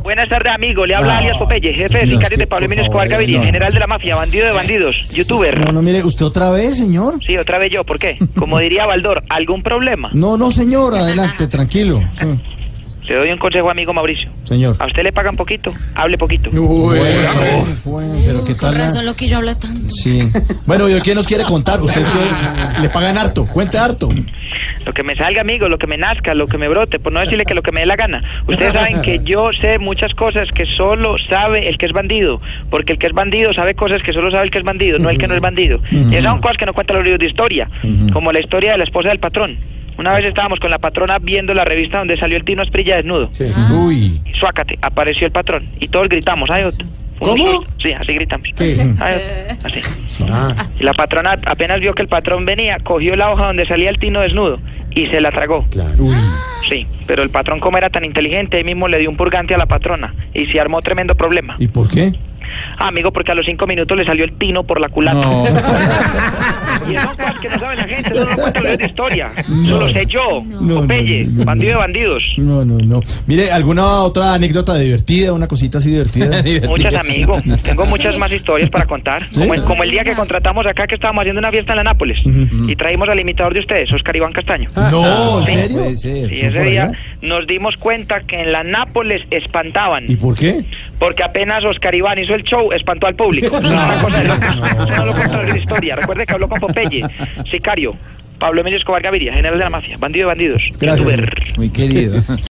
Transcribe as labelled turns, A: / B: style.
A: Buenas tardes, amigo. Le habla
B: Ah,
A: alias Popeye, jefe de
B: no,
A: sicarios
B: es que,
A: de Pablo
B: por
A: Emilio
B: favor,
A: Escobar Gaviria,
B: eh, no.
A: general de la mafia, bandido de bandidos, youtuber.
B: No, no, mire, usted otra vez, señor.
A: Sí, otra vez yo, ¿por qué? Como diría Baldor, ¿algún problema?
B: No, no, señor, adelante, tranquilo. Sí,
A: Te doy un consejo, amigo Mauricio.
B: Señor.
A: A usted le pagan poquito, hable poquito.
B: Bueno, bueno, pero qué
C: Con
B: tal. la-
C: razón lo que yo habla tanto.
B: Sí. Bueno, ¿y hoy qué nos quiere contar? Usted quiere- le pagan harto, cuente harto.
A: Lo que me salga, amigo, lo que me nazca, lo que me brote, por no decirle que lo que me dé la gana. Ustedes saben que yo sé muchas cosas que solo sabe el que es bandido, porque el que es bandido sabe cosas que solo sabe el que es bandido, no el que no es bandido. Y esas son cosas que no cuentan los libros de historia, como la historia de la esposa del patrón. Una vez estábamos con la patrona viendo la revista donde salió el Tino Esprilla desnudo.
B: Uy.
A: Y Suácate, apareció el patrón y todos gritamos, ay, otro.
B: ¿Cómo?
A: Sí, así gritamos. Ay, otro. Así.
B: Ah,
A: Y La patrona apenas vio que el patrón venía, cogió la hoja donde salía el tino desnudo y se la tragó.
B: claro. Uy.
A: Sí, pero el patrón como era tan inteligente, ahí mismo le dio un purgante a la patrona y se armó tremendo problema.
B: ¿Y por qué?
A: Ah, amigo, porque a los cinco minutos le salió el tino por la culata. Y son cosas que no sabe la gente, eso no lo cuentan los libros de historia. Eso lo sé yo,
B: no,
A: Popeye,
B: no, no, no.
A: bandido de bandidos.
B: No, no, no. Mire, ¿alguna otra anécdota divertida, una cosita así divertida?
A: Muchas, amigo. Tengo muchas
C: Sí.
A: más historias para contar.
B: Sí.
A: Como, el, como el día que contratamos acá, que estábamos haciendo una fiesta en la Nápoles. Y traímos al imitador de ustedes, Oscar Iván Castaño.
B: Ah.
D: Ah,
B: No, ¿en serio?
E: Pues,
A: Y ese día nos dimos cuenta que en la Nápoles espantaban,
B: ¿Y por qué?
A: porque apenas Oscar Iván hizo el show, espantó al público. Eso es una cosa de locos. Eso no lo cuento en la historia. Recuerde que habló con Popeye, sicario, Pablo Emilio Escobar Gaviria, general de la mafia, bandido de bandidos.
B: Gracias.
A: youtuber.
D: Muy querido.